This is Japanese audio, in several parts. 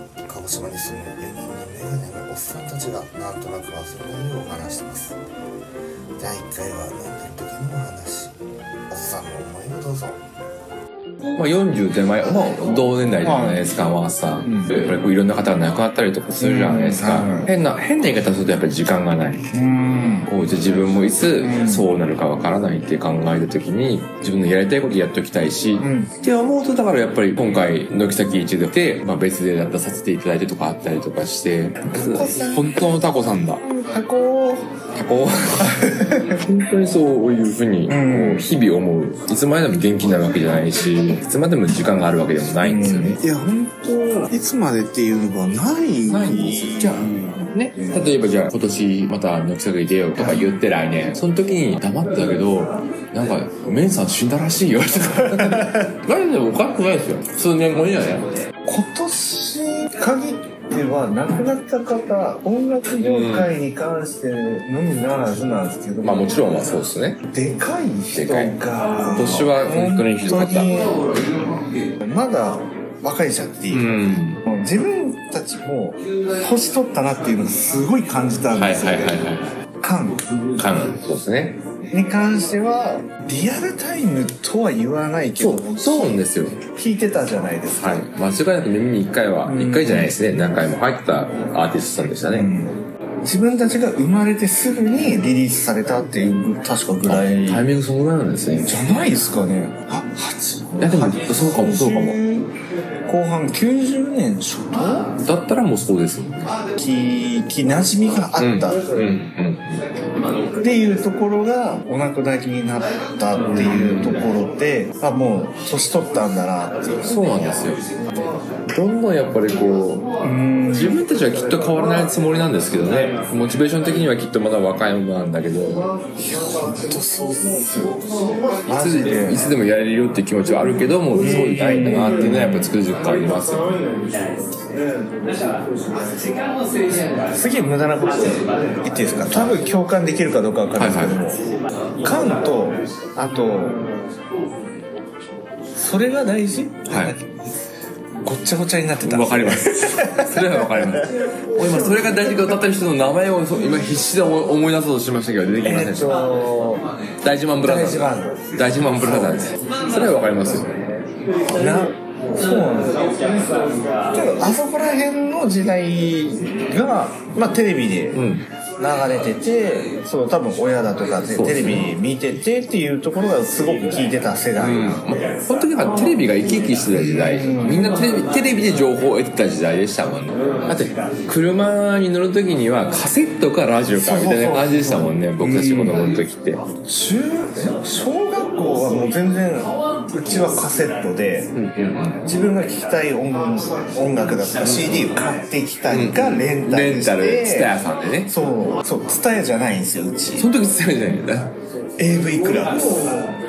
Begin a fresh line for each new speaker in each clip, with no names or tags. ですね4人のメガネのおっさんたちがなんとなく遊んだよう話してます第1回は飲んでる時のお話おっさんの思いをどうぞ
まあ、40手前、まあ、同年代じゃないですか、まあさ、
ん
やっぱりこういろんな方が亡くなったりとかするじゃないですか。
うん
変な、変な言い方するとやっぱり時間がない。
うん
こうじゃあ自分もいつ
うん
そうなるかわからないって考えた時に、自分のやりたいことやっときたいし、って思うとだからやっぱり今回軒先一でで、まあ、別で出させていただいてとかあったりとかして本当のタコさんだ
タコ
タコ本当にそういうふうに
うん
こう日々思ういつまででも元気になるわけじゃないしいつまでも時間があるわけでもないんですよね、
いや、本当いつまでっていうのがない。
ないんですよじゃあね例えばじゃあ今年また軒先出ようとか言って来年その時に黙ってたけどなんか「メンさん死んだらしいよ」 とか何でもおかしくないですよ数年後にはね
今年限っては亡くなった方音楽業界に関してのみならずなんですけど、
まあもちろんはそうですね
でかい人が
で今年は本当にひどかった
本当にまだ若いじゃんっていうう、
ん
自分たちも年取ったなっていうのをすごい感じたん
はい
です
は
よ、
いはい
ね
は
感
い。かな。そうですね。
に関してはリアルタイムとは言わないけど
そうなんですよ。
聞いてたじゃないですか、
はい。間違いなく耳に一回は、
うん
一回じゃないですね。何回も入ってたアーティストさんでした
う
ね。
ん自分たちが生まれてすぐにリリースされたっていう確かぐらい
タイミングそのぐらいなんですね。
じゃないですかねあ8
いやでも、そうかもそうかも。
後半90年初頭
だったらもうそうです。
聞き馴染みが
う
あ
ん。
った
うん。
っていうところがお亡くなりになったっていうところであもう年取ったんだなっていう
うん。そうなんですよ。どんどんやっぱりこ
う
う、
ん
自分たちはきっと変わらないつもりなんですけどね。モチベーション的にはきっとまだ若いものなんだけど、
マジで
いつでもやれるよっていう気持ちはあるけど、もうそうじゃないんだなっていうのはやっぱつくづく感じますよ。
すげえ無駄なこと言っていいですか多分共感できるかどうかわかんないですけども、カンとあとそれが大事
はい。
ごっちゃごちゃになってた
わかります。それはわかります。もう今それが大事か歌ってる人の名前をそう今必死で思い思い出そうとしましたけど出てきませ
え
んで
っ
した。
と
大自慢ブラザー
大
ズ
事。バン
大自慢ブラザーです。それはわかりますよ。
ドなそうなんですよけどあそこら辺の時代が、まあ、テレビで
ん
流れてて、そう多分親だとかで
そう
テ
です
レ
ね
ビ見ててっていうところがすごく聞いてた世代、
うん。本当にだからテレビが生き生きしてた時代、みんなテレビテレビで情報を得てた時代でしたもんね。だって、車に乗る時にはカセットかラジオかみたいな感じでしたもんね、僕たち子供の時って。
中小学校はもう全然うちはカセットで、自分が聴きたい音音楽だとか CD を買ってきたりか、レンタ
レ
ル
ン
して
タル、ツタヤさんでね。
そうそうツタヤじゃないんですようち
その時ツタヤじゃないんだ。
AV クラブ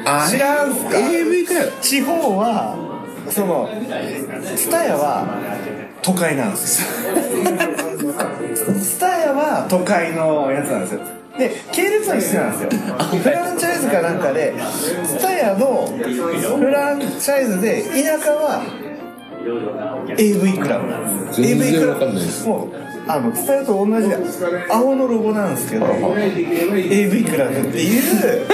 あ
知らんすか
AV くらい。
地方はそのツタヤは都会なん ですよツタヤは都会のやつなんですよで系列は一緒なんですよフランチャイズかなんかでツタヤのフランチャイズで田舎は AV クラブなんですよ
全然
AV クラ
わか
ブ
んないです
もうあの伝えと同じで青のロゴなんですけど AV クラブっていう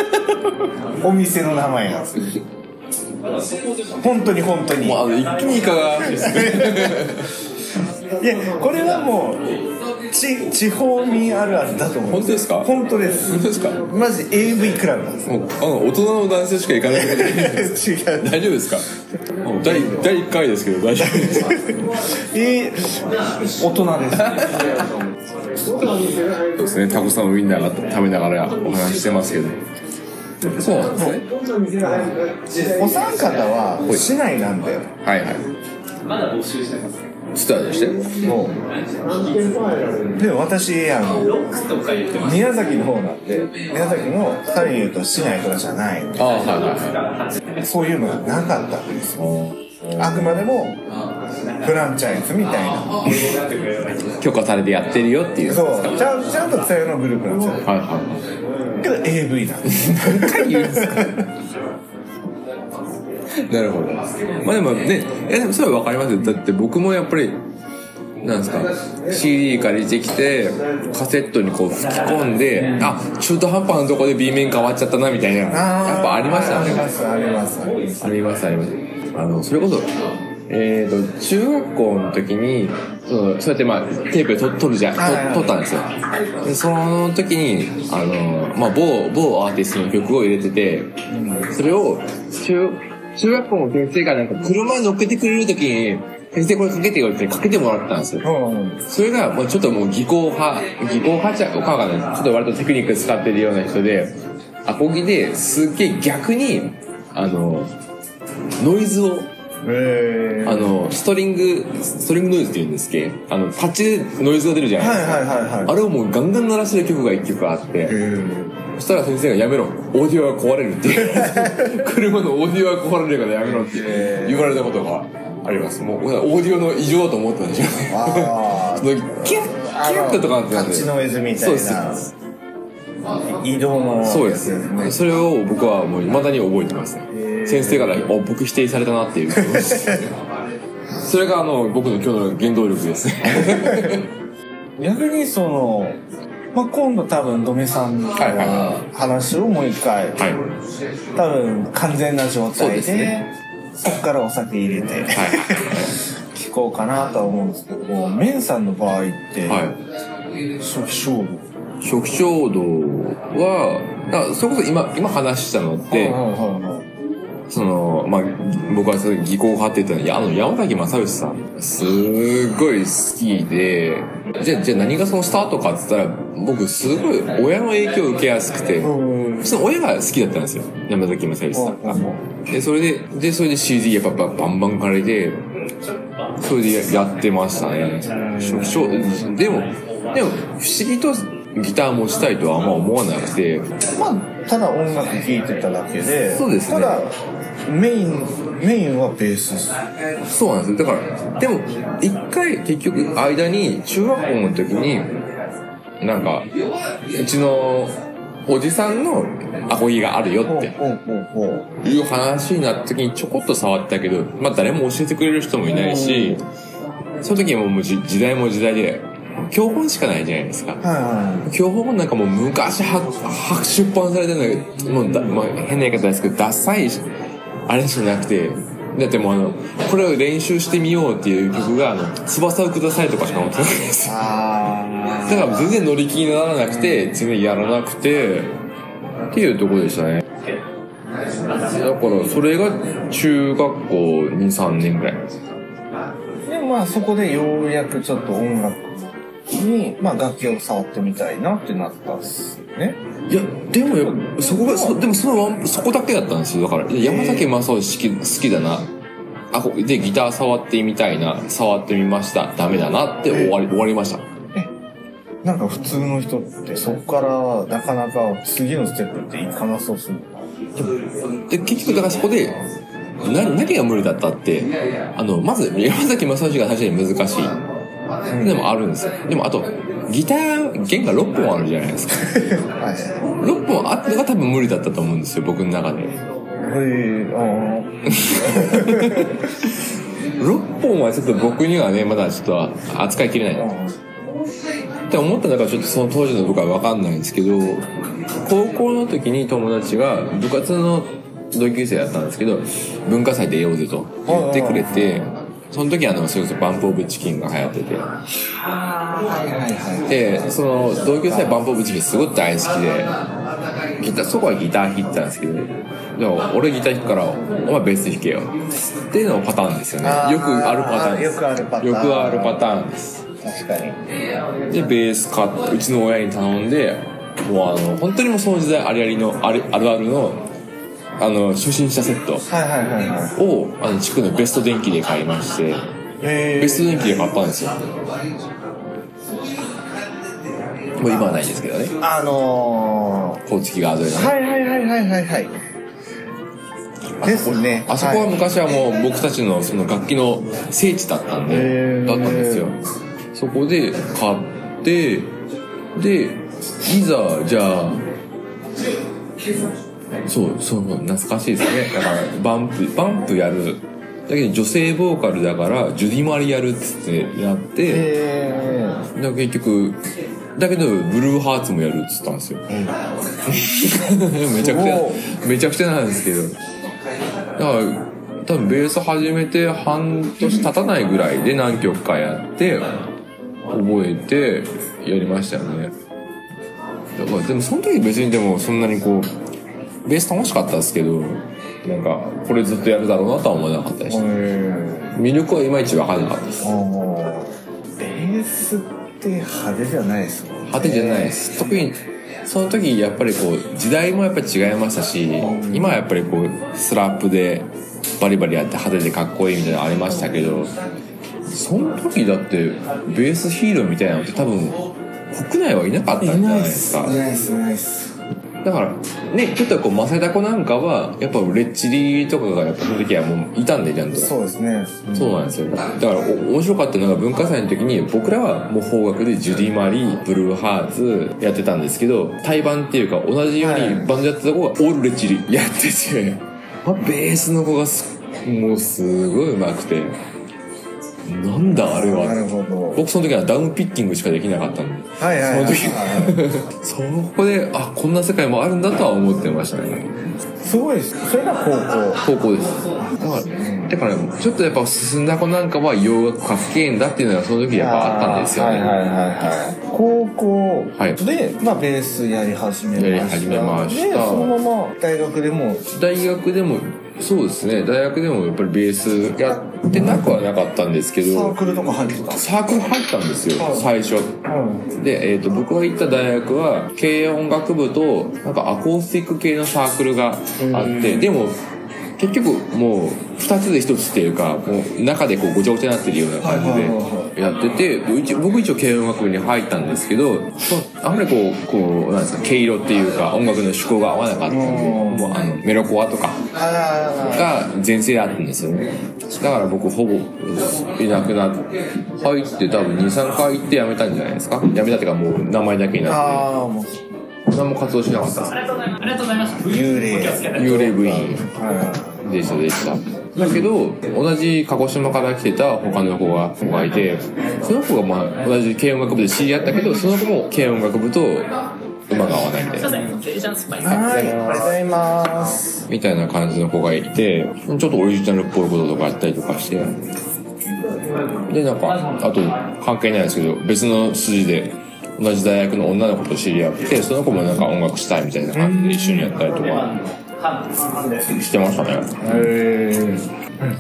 お店の名前なんですよ本当に本当にい
もうあの一気にイカがですね
やこれはもうち地方民あるあるだと思う
本当ですか
本当です
本当ですか
マジ AV クラブなんです
もうあの大人の男性しか行かない
違う
大丈夫ですかもう第第1回ですけど大丈夫ですか
えー大人です
そうですねタコさんウインナーが食べながらお話ししてますけどそうなんですね
お三方は市内なんだよ
はいはいまだ募集してますツタヤでして
もうでも私あの宮崎の方なんで宮崎のさらに言うと市内とかじゃないの
ああはいはいはい
そういうのがなかったんですよあくまでもフランチャイズみたいな
許可されてやってるよっていう
そうちゃんちゃんと伝えのグループなんですよ
はいはい
けど AV なん です
なるほどまあでもねえでもそれは分かりますよだって僕もやっぱりなんですか CD 借りてきてカセットにこう吹き込んであ中途半端なとこで B 面変わっちゃったなみたいなやっぱありました
ありま
ね
すありますあります
ありますありますあのそれこそえー、と中学校の時にそうそうやって、まあ、テープで撮撮るじゃん
はいは
撮
い
撮ったんですよでその時にあの、まあ、某某アーティストの曲を入れててそれを中中学校の先生がなんか車に乗っけてくれる時に先生これかけてよってかけてもらったんですよ
うん
それが、まあ、ちょっともう技巧派、技巧派じゃ、おかがない。ちょっと割とテクニック使ってるような人で、アコギですっげえ逆に、あの、ノイズを、
え
あの、ストリング、ストリングノイズって言うんですけど、あの、パッチでノイズが出るじゃ
ー、
ないで
はい
すか。
はいはいはい
あれをもうガンガン鳴らしてる曲が一曲あって、そしたら先生がやめろ、オーディオが壊れるっていう 車のオーディオが壊れるからやめろって言われたことがあります。もう、オーディオの異常だと思ったんでしょうね。
あ
そのキュッキュッととかなってた
タ
ん
ッ
で
チノイズみたい
そう
な
です
移動の
そうです
やつね
それを僕はもう未だに覚えてますね先生からお僕否定されたなっていうそれがあの僕の今日の原動力ですね
逆にその、まあ、今度多分ドメさんの
はいは
話をもう一
は
回、
い
多分完全な状
そう
態
で
ですそ
ね
こからお酒入れて聞こうかなとは思うんですけどもメンさんの場合っ
は
て、
い、はい
初期衝動
初期衝動は、だからそれこそ今、今話したのって、
はいはいはい
その、まあ、僕はその技巧派って言ったのいや、あの、山崎正義さん、すっごい好きで、じゃあ、じゃあ何がそのスタートかって言ったら、僕すごい親の影響を受けやすくて、その親が好きだったんですよ。山崎正義さんが。で、それで、で、それで CD やっぱバンバン借りて、それでややってましたね。初期衝動でも、でも、不思議とギターもしたいとはあんま思わなくて、
まあただ音楽聴いてただけで
そうですね
ただメインメインはベースです
そうなんですよ。だから、でも、一回結局間に、中学校の時に、なんか、うちのおじさんのアコギがあるよって
ほうほうほう
いう話になった時にちょこっと触ったけど、まあ誰も教えてくれる人もいないし、その時はもうじ時代も時代で、教本しかないじゃないですか。
はいは
教本もなんかもう昔はは出版されてるのが、もうだ、まあ、変な言い方ですけど、ダサいし、あれしかなくて、だってもうあの、これを練習してみようっていう曲が、あの、翼をくださいとかしか持ってないです。
いあ
だから全然乗り気にならなくて、全然やらなくて、っていうとこでしたね。だから、それが中学校2、3年ぐらい。
あでまあそこでようやくちょっと音楽に、まあ、楽器を触ってみたいなってなったっすね
いや、でもよ、そこが、そでもそのワン、そこだけだったんですよ。だから、いや山崎正義好き好きだな。あ、こで、ギター触ってみたいな。触ってみました。ダメだなって終わり、終わりました。
なんか普通の人ってそこからなかなか次のステップっていかなそうするのか
で、結局、だからそこで、な、何が無理だったって、あの、まず、山崎正義が最初に難しい。でもあるんですよ。でも、あと、ギター、弦が6本あるじゃないですか。
はいへ
6本あったのが多分無理だったと思うんですよ、僕の中で。
えあ
6本はちょっと僕にはね、まだちょっと扱いきれない。
あ
って思ったのがちょっとその当時の僕は分かんないんですけど高校の時に友達が部活の同級生だったんですけど文化祭でやろうぜと言ってくれてその時あのそれこそバンプオブチキンが流行っててでその同級生はバンプオブチキンすごい大好きでギターそこはギター弾いてたんですけどでも俺ギター弾くからお前ベース弾けよっていうのパターンですよね
あー
よくあるパターンです
よくあるパターン
よくあるパターンです
確かに
でベース買ってうちの親に頼んでもうあの本当にもうその時代ありありのあるあるあるのあの初心者セット
はいはいはいはい
をあの地区のベスト電機で買いまして
へ
ベスト電機で買ったんですよもう今はないですけどね
あの
高知がアドレナ
ー、はいはいはいはいはいはい。ですね。
あそこは
はい
昔はもう僕たちのその楽器の聖地だったん
へ
で、
ー
だったんですよ。そこで買って、で、いざ、じゃあ、そう、そう、懐かしいですね。だから、バンプ、バンプやるだけど女性ボーカルだからジュディ・マリやるっつってやって、
え
だから結局だけどブルーハーツもやるっつったんですよ、 めちゃくちゃめちゃくちゃなんですけどだから多分ベース始めて半年経たないぐらいで何曲かやって覚えてやりましたよねだからでもその時別にでもそんなにこうベース楽しかったですけどなんかこれずっとやるだろうなとは思わなかったでし
ー、
た
え
魅力はいまいち分からなかったです
ー、おーベースって派手じゃないですもんね
派手じゃないです特にその時やっぱりこう時代もやっぱり違いましたし今はやっぱりこうスラップでバリバリやって派手でかっこいいみたいなのありましたけどその時だってベースヒーローみたいなのって多分国内はいなかったんじゃないですか
ナイスナイス
だからねちょっとこうマセダコなんかはやっぱレッチリとかがやっぱその時はもういたんでちゃんと
そうですね
そうなんですよだからお面白かったのが文化祭の時に僕らはもう邦楽でジュディ・マリーブルーハーツやってたんですけど対バンっていうか同じようにバンドやってた子がオールレッチリやってて、まあ、ベースの子がすもうすごい上手くてなんだあれ
なる
は
ほど
僕その時はダウンピッキングしかできなかったんで
はいはいはい、はい
そこであこんな世界もあるんだとは思ってましたね
すごいですそれが高
高
校
校ですだからだからねちょっとやっぱ進んだ子なんかは洋楽かっけえんだっていうのがその時やっぱあったんですよね、
はいはいはいはい高校
はい
で、まあ、ベースやり始めました
やり始めました
でそのまま大学でも
大学でもそうですね大学でもやっぱりベースやってなくはなかったんですけ
サー
ど
クルとか入ってた
サークル入ったんですよ
はい
最初
うん
で、えー、と僕が行った大学は軽音楽部となんかアコースティック系のサークルがあってでも結局もう2つで1つっていうかもう中でこうごちゃごちゃになってるような感
はいはいはい
じでやってて一応僕一応軽音楽部に入ったんですけどそあんまりこうこうなんですか毛色っていうか音楽の趣向が合わなかったんで
うん
もうあのメロコアとか
あ
が全盛だったんですよねだから僕ほぼいなくなって入って多分23回行って辞めたんじゃないですか辞めたっていうかもう名前だけに
あ
なっ
ああもう
て何も活動しなかった
幽霊
幽霊部員
は
でしたでしただけど同じ鹿児島から来てた他の子が子がいてその子がまあ同じ軽音楽部で知り合ったけどその子も軽音楽部と馬が合わないみたいな
はいはいおはようございます
みたいな感じの子がいて、ちょっとオリジナルっぽいこととかやったりとかして。で、なんか、あと、関係ないですけど、別の筋で、同じ大学の女の子と知り合って、その子もなんか音楽したいみたいな感じで一緒にやったりとかしてましたね。
へえ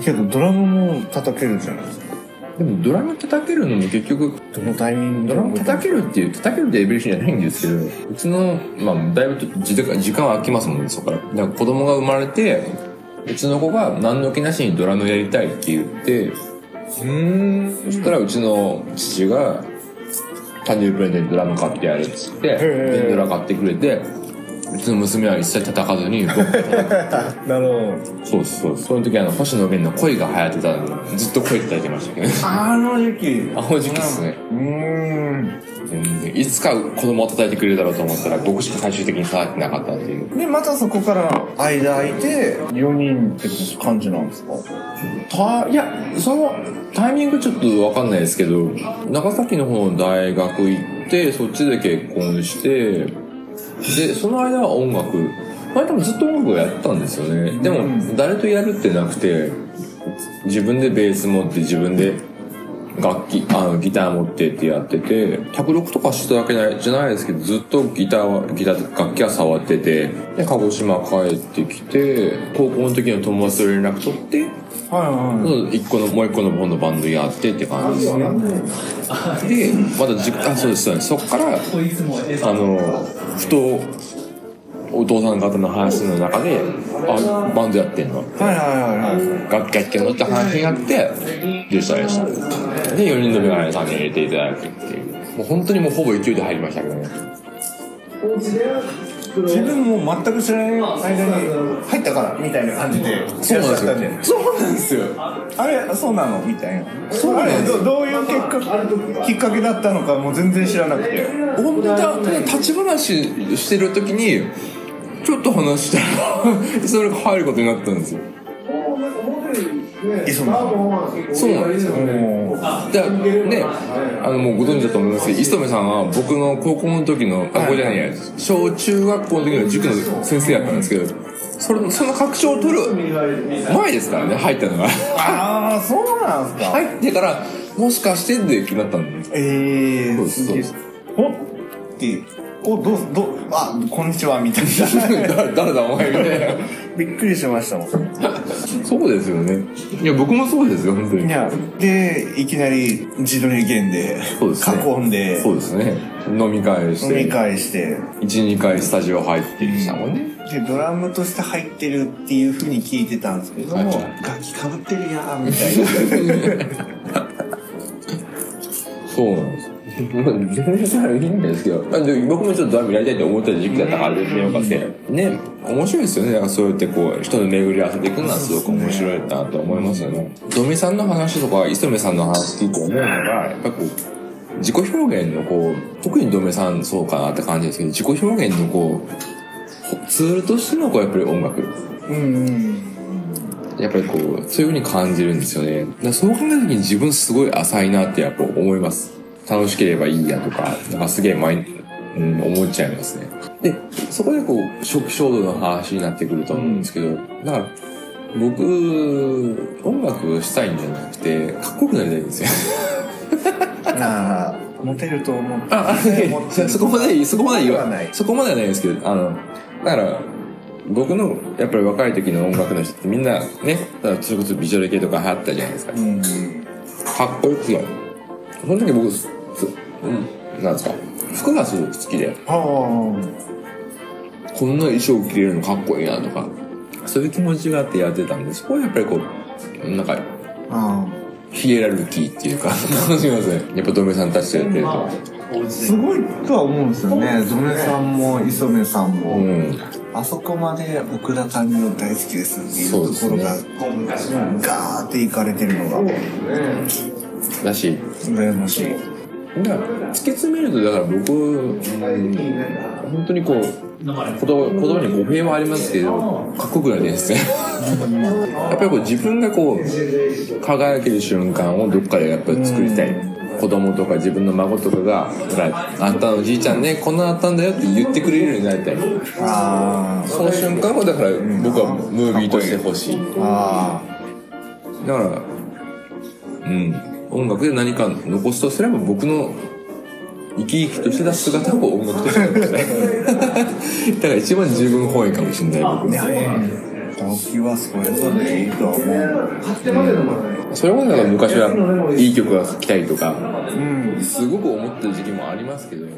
けどドラムも叩けるじゃないですか
でもドラム叩けるのも結局、
どのタイミング
ドラム叩けるっていう、叩けるってレベルじゃないんですけど、うちの、まあ、だいぶちょっと時間時間は空きますもんね、そこから。だから子供が生まれて、うちの子が何の気なしにドラムやりたいって言って、そしたらうちの父が、誕生日プレゼントでドラム買ってやるっつって、
ー
でドラ買ってくれて、うちの娘は一切叩かずに、僕
なるほど
そうですそうです。その時あの、星野源の恋が流行ってたんで、ずっと恋叩いてましたけど、
あの時期う
あ、ほじきっすね。
ーん
全然いつか子供を叩いてくれるだろうと思ったら僕しか最終的に叩いてなかったっていう
でまたそこから間空いて4人って感じなんですか
たいやそのタイミングちょっと分かんないですけど長崎の方の大学行ってそっちで結婚してでその間は音楽前多分ずっと音楽をやってたんですよねでも誰とやるってなくて自分でベース持って自分で楽器あのギター持ってってやってて卓録とかしてたわけないじゃないですけどずっとギターはギターと楽器は触っててで鹿児島帰ってきて高校の時の友達と連絡取って
はいは
うん一個のもう一個の方のバンドやってって感じですねでまたじあそうですそうですそっからあのふとお父さん方の話の中であバンドやってんの
いはいはいはいはい
楽器やってんのって話になってでしたでしたで4人のメガネさんに入れていただくっていうもう本当にもうほぼ勢いで入りましたけどね
自分も全く知らない間に入ったからみたいな感じでそうなんです
そうなんですよ
あれそうなのみたいなそうあれどどういう結果きっかけだったのかもう全然知らなくて
本当にた立ち話してる時に ちょっと話したらそれが入ることになったんですよ
磯村
そうなんですよ。だからね、あの、もうご存知だと思いますけど、磯目さんは僕の高校の時の、あ、ここじゃないや、小中学校の時の塾の先生やったんですけど、それ、その確証を取る前ですからね、入ったのが。
ああそうなんすか
入ってから、もしかしてって気になったんで。
ええ
そう
ー、
です
すげえ
そう
おっておどうどうあこんにちはみたい な
だ誰だお前みたいな。
びっくりしましたもん
そうですよね。いや、僕もそうですよ、本当
い
に。
や、で、いきなり自撮りゲンで、
そうですね
囲んで、
そうですね。飲み会し
飲み
て、
会して、
1、2回スタジオ入ってきたもんね。
で、ドラムとして入ってるっていうふうに聞いてたんですけども、
はい
楽器かぶってるやーみたいな。
そうなんですよ。全然いいんですけど、まあで僕もちょっとドラムやりたいって思ってた時期だったからですね、よかって。ね、面白いですよね。なんかそうやってこう、人の巡り合わせていくのはすごく面白いなと思いますよね。ドミさんの話とか、磯目さんの話聞いて思うのが、やっぱこう、自己表現のこう、特にドミさんそうかなって感じですけど、自己表現のこう、ツールとしてのこう、やっぱり音楽。
うんうん。
やっぱりこう、そういう風に感じるんですよね。だからそう考えた時に自分すごい浅いなってやっぱ思います。楽しければいいやとか、なんかすげえ前に、うん、思っちゃいますね。で、そこでこう、初期衝動の話になってくると思うんですけど、だから、僕、音楽したいんじゃなくて、かっこよくなりたいんですよ。
なあ、モテると思って、
あ、
思って
あ、
る
そこまで、そこまで言わ
な
ないい。そこまではないですけど、あの、だから、僕の、やっぱり若い時の音楽の人ってみんなね、だからそれこそビジュアル系とか流行ったじゃないですか。
うん。
かっこよくなるその時僕すすうんなんですか服がすごく好きで
ああ、
こんな衣装着れるのかっこいいなとかそういう気持ちがあってやってたんでそこはやっぱりこうなんか
あ
ヒエラルキーっていうか 楽しみますねやっぱドメさんたちとやってると
あ。すごいとは思うんですよね。ゾネさんも、磯目さんも、
うん
あそこまで奥田民生大好きですって
そう
いう
で
とこ
す
ろ
ね
が、ガーっていかれてるのが、
だし
羨ましい。
だから突き詰めるとだから僕、うん、本当にこう言葉言葉に語弊はありますけどかっこよくないですね やっぱりこう自分がこう輝ける瞬間をどっかでやっぱり作りたい子供とか自分の孫とかが「ほらあんたのおじいちゃんねこんなあったんだよ」って言ってくれるようになりたい
あ
その瞬間をだから僕はムービーとしてほしい
あ、ああ。
だから、うん、音楽で何か残すとすれば僕の生き生きとしてた姿を音楽として残した い。だから一番自分本位かもしれない僕
いやね、動機はそれぞれいいとは思う。
それまでだから昔はいい曲が聴きたいとか、
うん。
すごく思ってる時期もありますけど、でも